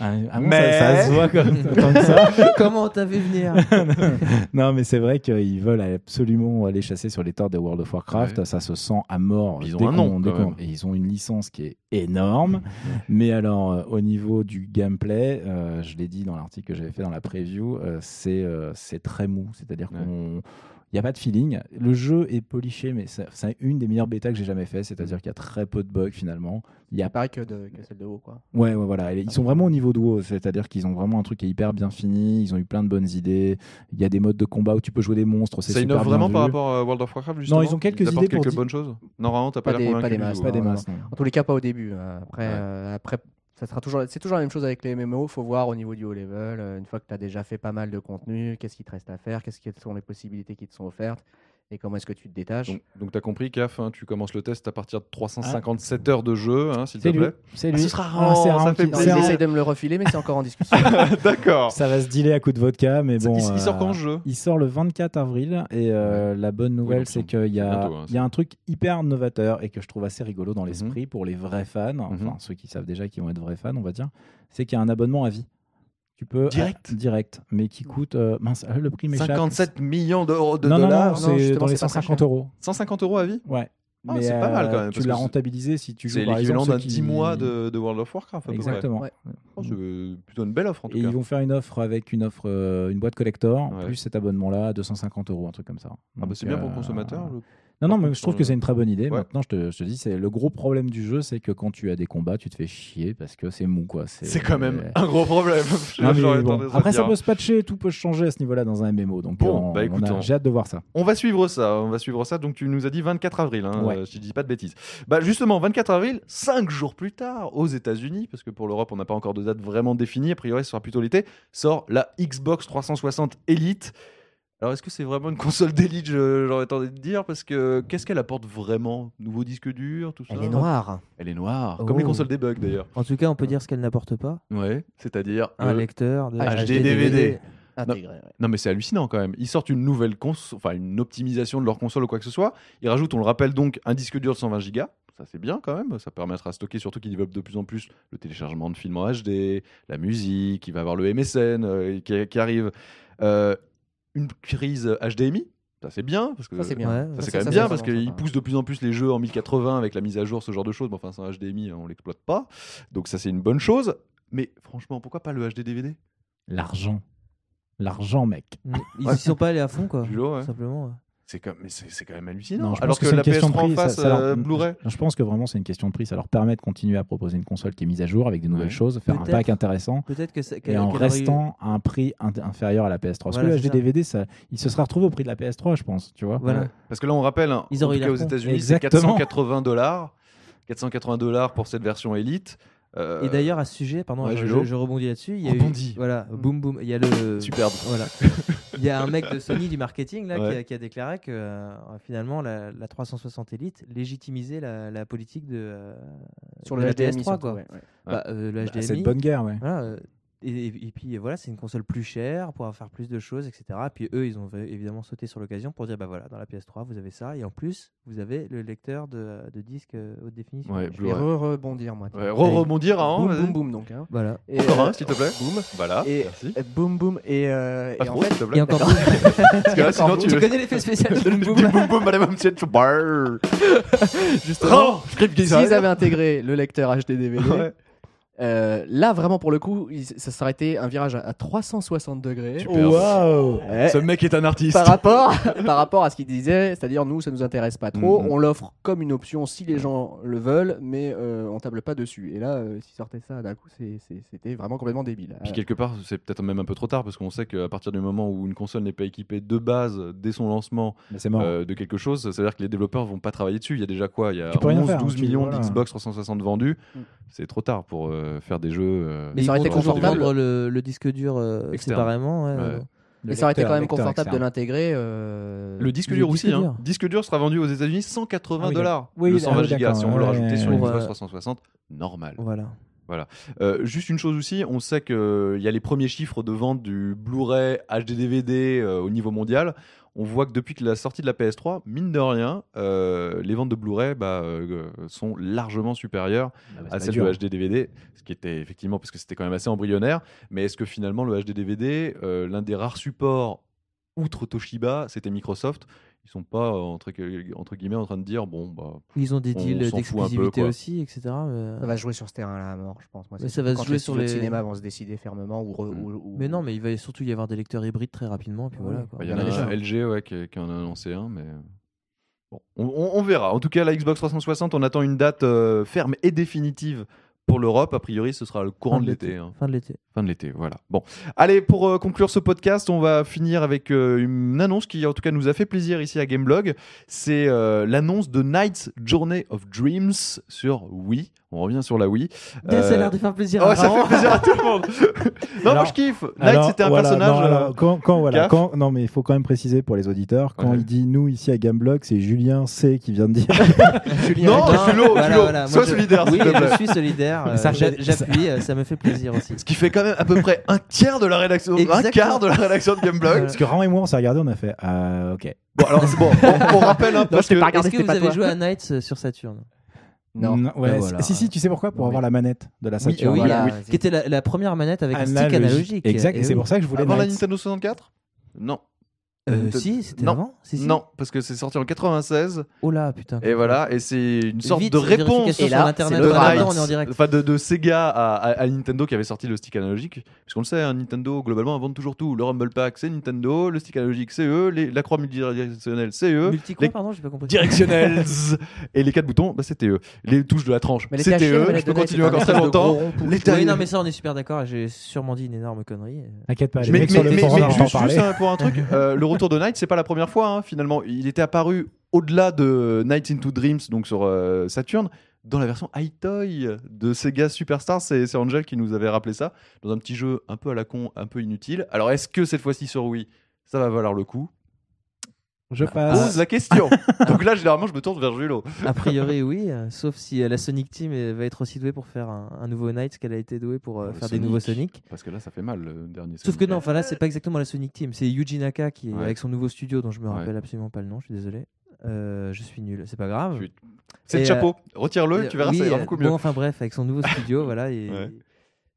D: Ah, ah bon,
A: Mais-
D: ça, ça se voit comme, comme ça.
B: Comment t'as vu venir
D: Non, mais c'est vrai qu'ils veulent absolument aller chasser sur les torts de World of Warcraft.
A: Ouais.
D: Ça se sent à mort.
A: Ils ont
D: dès
A: un nom,
D: qu'on- dès
A: quand
D: qu'on-
A: même.
D: Et ils ont une licence qui est énorme. mais alors, euh, au niveau du gameplay, euh, je l'ai dit dans l'article que j'avais fait dans la preview, euh, c'est euh, c'est très mou. C'est-à-dire
A: Ouais.
D: qu'on. Il n'y a pas de feeling. Le jeu est poliché, mais c'est c'est une des meilleures bêtas que j'ai jamais fait.
A: Mm.
D: C'est-à-dire qu'il y a très peu de bugs finalement. Il y a
C: Pareil que, de, que celle de haut, quoi.
D: Ouais, ouais, voilà. Et Ils sont vraiment au niveau de WoW, c'est-à-dire qu'ils ont vraiment un truc qui est hyper bien fini. Ils ont eu plein de bonnes idées. Il y a des modes de combat où tu peux jouer des monstres. C'est
A: Ça
D: super
A: innove vraiment
D: bien
A: par
D: vu.
A: rapport à World of Warcraft justement
D: ils ont quelques
A: apportent
D: idées pour
A: quelques
D: di-
A: bonnes choses. Non, vraiment, t'as
C: Pas
A: pas l'air
C: des-
A: convaincu.
C: pas des
A: du
C: masses,
A: tout,
D: Pas des
A: hein.
D: masses. non.
C: En tous les cas, pas au début. hein. Après,
A: Ouais.
C: euh, après ça sera toujours, c'est toujours la même chose avec les MMO. Faut voir au niveau du haut level. euh, une fois que tu as déjà fait pas mal de contenu, qu'est-ce qui te reste à faire, qu'est-ce quelles sont les possibilités qui te sont offertes, et comment est-ce que tu te détaches.
A: Donc, donc t'as compris, CAF, hein, tu commences le test à partir de 357 heures de jeu, hein, s'il te
D: Ah. C'est lui.
A: plaît.
D: C'est
A: Ah,
D: lui.
A: ce sera
D: Ah,
A: rare,
D: c'est
A: ça
D: rare
A: fait
D: qu'il-
C: Non,
A: plaisir.
D: c'est
C: ils
A: un-
D: rare.
C: essayent de me le refiler, mais c'est encore en discussion.
A: D'accord.
D: Ça va se dealer à coup de vodka, mais bon.
A: il, il sort
D: euh,
A: quand ce jeu
D: Il sort le 24 avril et euh, la bonne nouvelle
A: donc
D: c'est
A: c'est-
D: qu'il y, a-
A: c'est bientôt, hein,
D: il y a un truc hyper novateur et que je trouve assez rigolo dans l'esprit pour les vrais fans, enfin
A: Mhm.
D: ceux qui savent déjà qui vont être vrais fans on va dire, c'est qu'il y a un abonnement à vie. Tu peux
A: Direct
D: ah, direct, mais qui coûte euh, mince ah, le prix m'échappe.
A: 57 millions d'euros de
D: non, non, non,
A: dollars.
C: Non,
D: c'est
C: justement,
D: dans les
C: c'est pas très
D: 150
C: cher.
D: euros.
A: 150 euros à vie
D: Ouais. euh,
A: Ah, c'est pas mal quand même,
D: Tu
A: parce
D: l'as
A: que
D: rentabilisé si tu joues
A: C'est
D: par
A: l'équivalent
D: exemple,
A: d'un
D: ceux
A: 10
D: qui-
A: mois de, de World of Warcraft. À peu près.
D: Exactement.
C: Ouais.
A: Oh, c'est plutôt une belle offre en tout
D: Et
A: cas.
D: ils vont faire une offre avec une offre euh, une boîte collector
A: Ouais.
D: plus cet abonnement là à 250 euros un truc comme ça.
A: Ah, bah,
D: Donc,
A: c'est bien pour le
D: euh,
A: consommateur. je-
D: Non, non,
A: Par
D: mais
A: contre,
D: je trouve
A: euh,
D: que c'est une très bonne idée.
A: ouais.
D: Maintenant, je te, je te dis, c'est le gros problème du jeu, c'est que quand tu as des combats, tu te fais chier parce que c'est mou, quoi.
A: C'est quand même un gros problème.
D: euh, Non, mais
A: J'aurais
D: bon.
A: tendance à
D: Après, ça
A: dire.
D: peut se patcher, tout peut changer à ce niveau-là dans un MMO. Donc,
A: Bon,
D: on-
A: bah, écoute,
D: on a-
A: on-
D: j'ai hâte de voir ça.
A: On va suivre ça, on va suivre ça. Donc tu nous as dit 24 avril, hein,
D: Ouais.
A: euh, si je dis pas de bêtises. Bah justement, 24 avril, 5 jours plus tard, aux États-Unis, parce que pour l'Europe, on n'a pas encore de date vraiment définie, a priori ce sera plutôt l'été, sort la Xbox 360 Elite. Alors est-ce que c'est vraiment une console d'élite, je- j'aurais tendance de dire, parce que qu'est-ce qu'elle apporte vraiment Nouveau disque dur, tout ça
B: Elle est noire.
A: Elle est noire,
B: Oh.
A: comme les consoles des bugs d'ailleurs.
B: En tout cas, on peut dire ce qu'elle n'apporte pas.
A: Ouais, c'est-à-dire... euh,
D: Euh,
B: Un
A: le-
B: lecteur de
A: HD, DVD.
C: Intégré, ouais.
A: Non mais c'est hallucinant quand même. Ils sortent une nouvelle console, enfin une optimisation de leur console ou quoi que ce soit. Ils rajoutent, on le rappelle donc, un disque dur de 120 gigas. Ça c'est bien quand même. Ça permettra de stocker, surtout qu'ils développent de plus en plus le téléchargement de films en HD, la musique. Il va y avoir le MSN euh, qui, qui arrive. Euh, une prise HDMI. Ça c'est bien parce que
C: Ça, c'est bien.
B: Ouais,
A: ça,
B: ouais.
A: c'est quand
C: Ça, ça,
A: même
C: ça,
A: bien
C: ça,
A: parce
C: ça, ça,
A: qu'ils
C: ça.
A: poussent de plus en plus les jeux en 1080 avec la mise à jour, ce genre de choses. Mais enfin, c'est un HDMI, on l'exploite pas. Donc ça c'est une bonne chose. Mais franchement, pourquoi pas le HD DVD
D: L'argent. L'argent, mec.
B: Ils y sont pas allés à fond, quoi.
A: Du lot, ouais.
B: Simplement. ouais.
A: C'est quand, mais c'est, c'est quand même hallucinant.
D: je
A: Alors
D: pense
A: que,
D: c'est
A: la
D: une question de
A: PS3 en
D: prix, ça-
A: face,
D: ça leur- Mm.
A: euh, Blu-ray.
D: Je, je pense que vraiment, c'est une question de prix. Ça leur permet de continuer à proposer une console qui est mise à jour avec des nouvelles
A: Ouais.
D: choses, faire un
B: Peut-être.
D: pack intéressant.
B: Peut-être que c'est.
D: Et
B: qu'elle-
D: en
B: qu'elle aurait eu-
D: restant à un prix int- inférieur à la PS3.
B: Voilà,
D: Parce
B: c'est
D: que le HDVD, ça, il se serait retrouvé au prix de la PS3, je pense. Tu vois Euh,
B: Voilà.
A: Ouais. Parce que là, on rappelle, hein,
B: Ils
A: en
B: auraient
A: tout
B: eu
A: cas
B: la
A: aux
B: con.
A: États-Unis, c'est
D: Exactement.
A: 480 dollars. 480 dollars pour cette version élite. Euh,
B: Et d'ailleurs, à ce sujet, pardon,
A: ouais,
B: je,
A: Julo.
B: je- je rebondis là-dessus. Il y a eu-
A: Rebondis.
B: Voilà, boum boum. Il y a le.
A: superbe.
B: Voilà. Il y a un mec de Sony du marketing là, qui,
A: Ouais.
B: a, qui a déclaré que euh, finalement la, la 360 Elite légitimisait la, la politique de, euh,
C: Sur
B: de
C: le
B: la
C: HDMI,
B: PS3
C: surtout,
B: quoi.
C: ouais, ouais.
B: Bah, euh, le
D: Bah,
B: HDMI.
D: C'est de bonne guerre, ouais.
B: voilà, euh, et, et- et puis euh, voilà, c'est une console plus chère pour faire plus de choses, etc. Puis eux, ils ont v- évidemment sauté sur l'occasion pour dire bah voilà, dans la PS3 vous avez ça et en plus vous avez le lecteur de, de disque euh, haute définition.
A: Ouais,
C: Je vais
A: Blu-ray.
C: re-rebondir, moi. tiens.
A: Ouais, re-rebondir, hein,
C: Boum,
A: vas-y.
C: boum, boum, donc. hein.
B: Voilà.
C: Et,
A: Encore
C: euh,
A: un, s'il te plaît.
C: boum.
A: Voilà,
C: Et-
A: merci.
C: Euh, Boum, boum. Et, euh,
A: Pas
C: et
A: trop,
C: en fait,
A: s'il te
B: Et
A: plaît.
B: encore
A: Parce que là, sinon, tu...
B: tu connais l'effet spécial de boum, boum.
A: boum, boum, madame, monsieur, tu- Brrr.
C: justement,
A: Oh, script qui
C: s'ils
A: s'arrête.
C: avaient intégré le lecteur HD-DVD,
A: Ouais.
C: euh, là, vraiment, pour le coup, il- ça serait été un virage à- à 360 degrés.
A: Super.
D: Waouh
C: Ouais.
A: Ce mec est un artiste.
C: par rapport, par rapport à ce qu'il disait, c'est-à-dire nous, ça nous intéresse pas trop.
A: Mhm.
C: On l'offre comme une option si les gens le veulent, mais euh, on table pas dessus. Et là, euh, s'ils sortaient ça d'un coup, c'est- c'est- c'était vraiment complètement débile.
A: Puis
C: Euh,
A: quelque part, c'est peut-être même un peu trop tard parce qu'on sait qu'à partir du moment où une console n'est pas équipée de base dès son lancement
D: Mais c'est mort.
A: euh, de quelque chose, ça veut dire que les développeurs vont pas travailler dessus. Il y a déjà quoi Il y a
D: Tu peux rien
A: 11,
D: faire, hein,
A: 12
D: tu-
A: millions
D: voilà.
A: d'Xbox 360 vendus.
C: Mm.
A: C'est trop tard pour euh, faire des jeux. euh,
C: Mais ça aurait
B: ils
C: été
B: vont toujours
A: confortable.
B: vendre le, le disque dur euh,
A: Externe.
B: séparément. ouais,
A: Ouais.
B: ouais.
C: et ça aurait été quand même confortable de
D: l'intérêt.
C: l'intégrer. euh,
A: Le disque
B: le
A: dur
B: disque
A: aussi. hein.
B: dur.
A: Disque dur sera vendu aux États-Unis 180
D: Ah oui,
A: dollars.
D: oui,
A: le
D: ah
A: 120
D: oui,
A: gigas si on veut le
D: d'accord,
A: rajouter sur une
B: ouais.
A: Xbox 360 normal.
B: Voilà.
A: Euh, juste une chose aussi, on sait qu'il y a les premiers chiffres de vente du Blu-ray, HD-DVD euh, au niveau mondial. On voit que depuis que la sortie de la PS3, mine de rien, euh, les ventes de Blu-ray bah, euh, sont largement supérieures à celle de HD-DVD, ce qui était effectivement parce que c'était quand même assez embryonnaire. Mais est-ce que finalement le HD-DVD, euh, l'un des rares supports outre Toshiba, c'était Microsoft. Ils sont pas, euh, entre, gu- entre guillemets, en train de dire, bon, bah,
B: Ils ont des
A: On
B: deals
A: s'en fout un peu,
B: d'exclusivité
A: quoi.
B: aussi, etc. mais- euh,
F: Ça va jouer sur ce terrain-là à mort, je pense. Moi,
B: Mais
F: c'est
B: ça va se
F: quand
B: jouer
F: les
B: sur
F: studios de
B: les-
F: cinéma vont se décider fermement ou. re-
A: Mm.
F: ou- ou-
B: Mais non, mais il va surtout y avoir des lecteurs hybrides très rapidement. Puis
F: Ah
B: voilà,
F: ouais.
B: quoi.
A: bah, il
F: Il y
A: y en
F: en
A: a,
F: a
A: un, LG ouais, qui, qui en a annoncé un, mais. Bon, on, on- on verra. En tout cas, la Xbox 360, on attend une date euh, ferme et définitive pour l'Europe. A priori, ce sera le courant
B: Fin
A: de
B: de
A: l'été. hein.
B: Fin de l'été.
A: Fin de l'été, voilà. Bon, allez, pour euh, conclure ce podcast, on va finir avec euh, une annonce qui, en tout cas, nous a fait plaisir ici à Gameblog. C'est euh, l'annonce de Night's Journey of Dreams sur Wii. On revient sur la Wii. Euh,
B: Ça a l'air de faire plaisir. hein,
A: Oh,
B: à
A: ça
B: Raon.
A: fait plaisir à tout le monde. non, moi
D: Alors-
A: je kiffe. Night,
D: Alors,
A: c'était un
D: voilà,
A: personnage.
D: Non,
A: euh,
D: alors, quand, quand, voilà,
A: gaffe.
D: quand- non, mais il faut quand même préciser pour les auditeurs, quand
A: Ouais.
D: il dit nous ici à Gameblog, c'est Julien C qui vient de dire.
F: Julien,
A: Non,
F: attends,
A: Julo, Julo,
B: voilà, voilà. Moi,
A: sois
B: je-
A: solidaire,
B: Oui,
A: s'il te plaît.
B: je suis solidaire. euh,
D: Ça
B: j'a-
D: fait-
B: J'appuie, euh, ça me fait plaisir aussi.
A: Ce qui fait quand même à peu près un tiers de la rédaction, un
B: Exactement.
A: quart de la rédaction de Gameblog.
B: Voilà.
D: Parce que Ran et moi, on s'est regardé, on a fait ah, ok.
A: bon, alors c'est bon, on, on rappelle un peu.
F: je t'ai
A: que-
F: pas regardé,
B: Est-ce
F: c'était
B: que vous
F: pas
B: avez
F: toi.
B: joué à Nights euh, sur Saturn
F: Non.
A: Hmm.
D: Mm, ouais,
F: Ben voilà.
D: Si, si, tu sais pourquoi Pour
F: Oui.
D: avoir la manette de la
A: Oui,
D: Saturn.
B: Euh, oui,
F: voilà,
B: la-
F: vas-y.
B: qui était la, la première manette avec un stick
D: Analogique.
B: analogique.
D: Exact,
B: Eh
D: et c'est
B: oui.
D: pour ça que je voulais
A: Avant la
D: Nights.
A: Nintendo 64 Non.
B: Euh, si, c'était
A: Non.
B: avant. Si, si.
A: Non, parce que c'est sorti en 96.
B: Oh là, putain.
A: Et voilà, et c'est une sorte
B: Vite,
A: de réponse
B: vérification
F: Et là,
B: sur
A: de,
B: Internet.
F: c'est le
B: En même temps,
A: Night.
B: on est en direct.
A: Enfin, de, de Sega à, à- à Nintendo qui avait sorti le stick analogique. Puisqu'on le sait, hein, Nintendo globalement invente toujours tout. Le Rumble Pack c'est Nintendo, le stick analogique c'est eux, les- la croix multidirectionnelle c'est eux,
B: Multi quoi,
A: les-
B: pardon, j'ai pas compris.
A: Directionnels et les quatre boutons bah, c'était eux. Les touches de la tranche
F: Mais les
A: c'était
F: THC,
A: eux.
F: la
A: Je
F: manette
A: peux
F: de Night,
A: continuer
F: c'est un
A: encore très
F: espèce de gros
A: longtemps.
F: rond pou-
A: Les
B: Oui,
A: tailles-
B: non, mais ça, on est super d'accord. J'ai sûrement dit une énorme connerie.
D: T'inquiète pas, Ah, les
A: Mais,
D: mecs sur
A: mais-
D: le
A: mais-
D: forum,
A: mais
D: on va en
A: juste,
D: parler.
A: juste, hein, pour un truc, euh, le retour de Night, c'est pas la première fois hein, finalement. Il était apparu au-delà de Night into Dreams, donc sur euh, Saturn, dans la version iToy de Sega Superstar. C'est c'est Angel qui nous avait rappelé ça, dans un petit jeu un peu à la con, un peu inutile. Alors est-ce que cette fois-ci sur Wii, ça va valoir le coup
D: Je
A: Pose
D: passe.
A: la question. donc là, généralement, je me tourne vers Julo.
B: A priori, oui. euh, sauf si euh, la Sonic Team euh, va être aussi douée pour faire un, un nouveau Nights qu'elle a été douée pour euh,
A: Euh,
B: faire des
A: Sonic.
B: nouveaux Sonic.
A: Parce que là, ça fait mal le dernier.
B: Sauf que non, enfin là, c'est pas exactement la Sonic Team. C'est Yuji Naka qui est
A: Ouais.
B: avec son nouveau studio dont je me
A: Ouais.
B: rappelle absolument pas le nom. Je suis désolé. Euh, je suis nul. C'est pas grave.
A: Tu- c'est
B: Et,
A: le
B: euh,
A: chapeau. Retire-le,
B: Euh,
A: tu verras,
B: oui,
A: ça ira
B: euh,
A: beaucoup
B: bon,
A: mieux.
B: enfin bref, avec son nouveau studio, voilà. Et,
A: Ouais.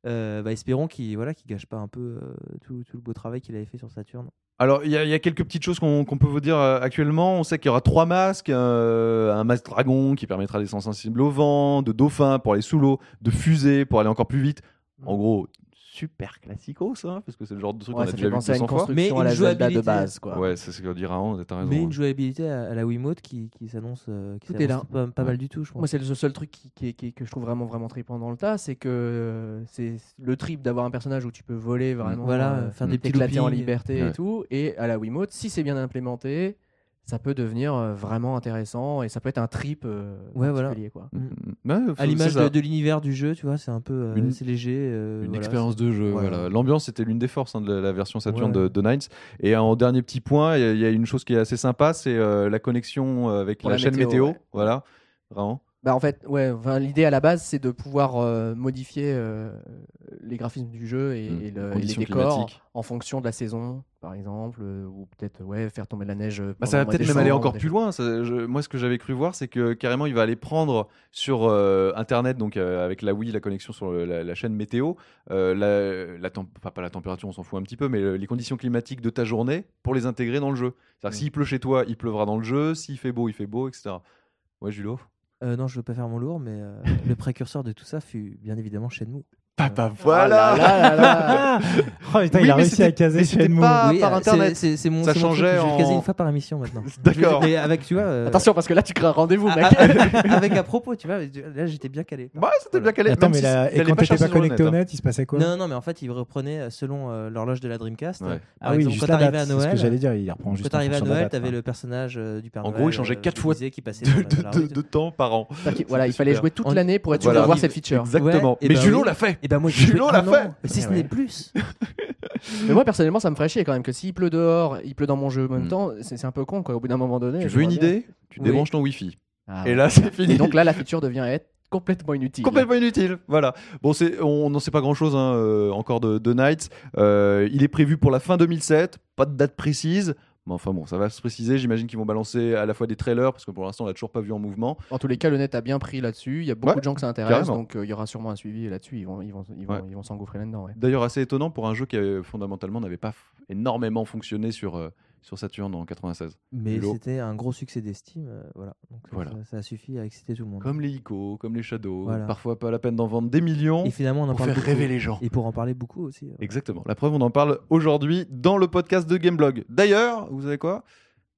B: euh, bah, espérons qu'il voilà, qu'il gâche pas un peu euh, tout, tout le beau travail qu'il avait fait sur Saturn.
A: Alors, il y, a- il y a quelques petites choses qu'on qu'on peut vous dire euh, actuellement. On sait qu'il y aura trois masques euh, un masque dragon qui permettra des sens sensibles au vent, de dauphin pour aller sous l'eau, de fusée pour aller encore plus vite. En gros, Hmm. super classico, ça, hein, parce que c'est le genre de truc
F: Ouais,
A: qu'on a
F: ça
A: déjà
F: fait
A: vu
F: penser à une
A: 200 fois.
F: construction
B: Mais
F: à la
B: une
F: Zelda de
B: jouabilité.
F: base, quoi.
A: Ouais, c'est ce qu'on dira Raon, t'as raison.
B: Mais
A: hein.
B: une jouabilité à, à la Wiimote qui, qui s'annonce euh, qui
C: Tout est
B: s'annonce pas, pas mal du tout, je
C: Moi,
B: pense.
C: c'est le seul truc qui, qui- qui- que je trouve vraiment, vraiment trippant dans le tas, c'est que euh, c'est le trip d'avoir un personnage où tu peux voler vraiment,
B: Voilà,
C: euh,
B: faire
A: mm.
B: des petits
C: t'éclater en
B: loopings.
C: liberté
A: Ouais.
C: et tout. Et à la Wiimote, si c'est bien implémenté, ça peut devenir euh, vraiment intéressant et ça peut être un trip euh,
B: Ouais, voilà.
C: particulier, quoi.
A: Ouais, c'est
B: À l'image
A: ça.
B: de, de l'univers du jeu, tu vois, c'est un peu euh,
A: Une-
B: c'est léger. euh,
A: Une
B: voilà,
A: expérience de jeu.
B: voilà.
A: voilà. L'ambiance était l'une des forces hein, de la, la version Saturn
B: Ouais.
A: de, de Nights. Et en dernier petit point, il y a- il y, a une chose qui est assez sympa, c'est euh, la connexion euh, avec
F: Pour
A: la,
F: la
A: chaîne météo.
F: météo, ouais.
A: Voilà, Raon.
C: Bah en fait, ouais, enfin, l'idée à la base, c'est de pouvoir euh, modifier euh, les graphismes du jeu et,
A: Mm.
C: et le- et les
A: Conditions
C: décors
A: climatiques.
C: en fonction de la saison, par exemple, euh, ou peut-être ouais, faire tomber de la neige. euh,
A: Bah, ça va peut-être même aller encore plus loin. Ça, je- moi, ce que j'avais cru voir, c'est que carrément, il va aller prendre sur euh, Internet, donc euh, avec la Wii, la connexion sur le- la, la chaîne météo, euh, la, la temp- enfin, pas la température, on s'en fout un petit peu, mais euh, les conditions climatiques de ta journée pour les intégrer dans le jeu. C'est-à-dire que
F: Mm.
A: s'il pleut chez toi, il pleuvra dans le jeu. S'il fait beau, il fait beau, etc. Ouais, Julo.
B: Euh, non, je veux pas faire mon lourd, mais euh, le précurseur de tout ça fut bien évidemment Shenmue.
A: Papa,
F: Ah là là là là.
D: Oh putain,
A: Oui,
D: il a
A: mais
D: réussi
A: c'était-
D: à caser
A: mais c'était
D: chez nous.
A: pas- Ah,
B: oui,
A: par
B: euh, c'est-
A: Internet.
B: c'est c'est mon.
A: Ça
B: c'est mon truc,
A: changeait
B: Je vais le caser
A: en-
B: une fois par émission maintenant.
A: D'accord.
B: Mais avec tu vois. euh,
C: Attention, parce que là, tu crées un rendez-vous,
B: Ah,
C: mec.
B: ah, avec à propos, tu vois, là j'étais bien calé.
A: Ouais, Bah, c'était bien calé.
D: Attends,
A: même
D: mais
A: si
D: là,
A: c'est-
D: et
A: t'allais
D: quand t'étais
A: chercher
D: pas
A: sur le
D: connecté
A: net,
D: au
A: hein.
D: net, il se passait quoi
B: Non, non, mais en fait, il reprenait euh, selon euh, l'horloge de la Dreamcast.
A: Ouais.
B: Par
D: Ah oui,
B: exemple,
D: juste
B: quand
D: la
B: t'arrivais
D: date,
B: à
D: c'est ce que
B: Noël,
D: j'allais dire, il reprend
B: quand
D: juste en
B: t'arrivais à
D: fonction de la
B: Noël,
D: date, Ah,
B: t'avais
D: quoi.
B: le personnage euh, du Père
A: En
B: Noël.
A: gros, il changeait
B: euh,
A: quatre fois
B: déguisé qui passait dans
A: De,
B: la- dans la
A: de-
B: rue et
A: de-
B: tout.
A: de temps par an.
C: T'inquiète, voilà, il fallait
A: Super.
C: jouer toute
B: On-
C: l'année pour être sûr
A: Voilà.
C: d'avoir cette feature.
A: Exactement.
B: et
A: mais
B: bah
A: Julo
B: oui.
A: l'a fait.
B: Et ben moi, j'ai
A: Julo
B: joué
A: l'a
B: un
A: fait.
B: an, Si ce
C: Ouais,
B: n'est
C: ouais.
B: plus.
C: Mais moi, personnellement, ça me ferait chier quand même que s'il pleut dehors, il pleut dans mon jeu en même
A: Mm.
C: temps, c'est c'est un peu con, quoi. Au bout d'un moment donné.
A: Tu
C: je
A: veux une
C: vois bien.
A: idée Tu
B: Oui.
A: débranches ton Wi-Fi.
C: Ah,
A: Et là, c'est fini.
C: Et donc là, la feature devient être complètement inutile.
A: Complètement inutile, voilà. Bon, c'est, on n'en sait pas grand-chose hein, euh, encore de, de Knights. Euh, il est prévu pour la fin 2007, pas de date précise. Mais enfin bon, ça va se préciser. J'imagine qu'ils vont balancer à la fois des trailers, parce que pour l'instant, on l'a toujours pas vu en mouvement.
C: En tous les cas, le net a bien pris là-dessus. Il y a beaucoup
A: Ouais,
C: de gens que ça intéresse,
A: carrément.
C: donc euh, il y aura sûrement un suivi là-dessus. Ils vont, ils vont, ils vont,
A: Ouais.
C: ils vont s'engouffrer là-dedans. ouais.
A: D'ailleurs, assez étonnant pour un jeu qui euh, fondamentalement n'avait pas f- énormément fonctionné sur, euh, sur Saturn en 96.
B: Mais
A: Lourd.
B: c'était un gros succès d'estime. euh, voilà. Donc ça,
A: Voilà.
B: ça- ça a suffi à exciter tout le monde.
A: Comme les ICO, comme les Shadow,
B: Voilà.
A: parfois pas la peine d'en vendre des millions
B: Et finalement, on en
A: pour
B: parle
A: faire
B: beaucoup.
A: rêver les gens.
B: Et pour en parler beaucoup aussi. euh,
A: Exactement. La preuve, on en parle aujourd'hui dans le podcast de Gameblog. D'ailleurs, vous savez quoi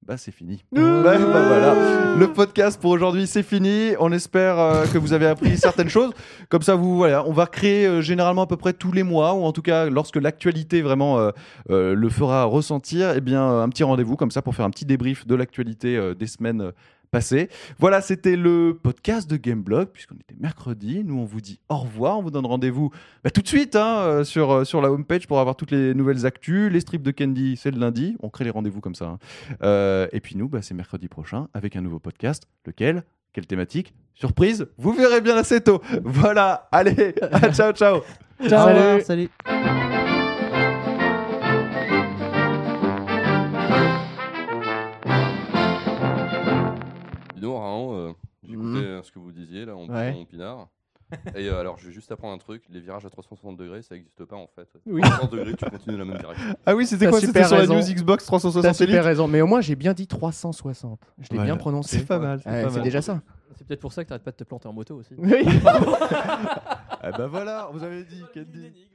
A: bah c'est fini. Bah, bah, voilà. Le podcast pour aujourd'hui c'est fini. On espère euh, que vous avez appris certaines choses. Comme ça vous voilà, on va créer euh, généralement à peu près tous les mois ou en tout cas lorsque l'actualité vraiment euh, euh, le fera ressentir, eh bien euh, un petit rendez-vous comme ça pour faire un petit débrief de l'actualité euh, des semaines euh, passées. Voilà, c'était le podcast de Gameblog puisqu'on était mercredi. Nous on vous dit au revoir, on vous donne rendez-vous bah, tout de suite hein, euh, sur, euh, sur la homepage pour avoir toutes les nouvelles actus. Les strips de Candy, c'est le lundi. On crée les rendez-vous comme ça. hein. Euh, et puis nous, bah, c'est mercredi prochain avec un nouveau podcast. Lequel Quelle thématique Surprise Vous verrez bien assez tôt. Voilà, allez, à ciao, ciao
B: au revoir,
C: Salut.
B: salut.
G: Dis donc, Raon, euh, j'écoutais
C: Mhm.
G: euh, ce que vous disiez là, on
C: Ouais.
G: mon pinard. Et euh, alors, je vais juste apprendre un truc les virages à 360 degrés, ça n'existe pas en fait.
C: Oui.
G: 360 degrés, tu continues dans la même direction.
A: Ah oui, c'était
C: T'as
A: quoi C'était
C: super
A: sur la
C: raison.
A: news Xbox
C: T'as
A: 360 Elite
C: super raison, mais au moins j'ai bien dit 360. Je l'ai
A: Voilà.
C: bien prononcé.
A: C'est pas mal.
C: Ouais,
A: pas
C: c'est
A: mal.
C: déjà ça.
E: C'est peut-être pour ça que t'arrêtes pas de te planter en moto aussi.
A: Eh
C: Oui.
A: Ah bah voilà, vous ben avez dit, Candy.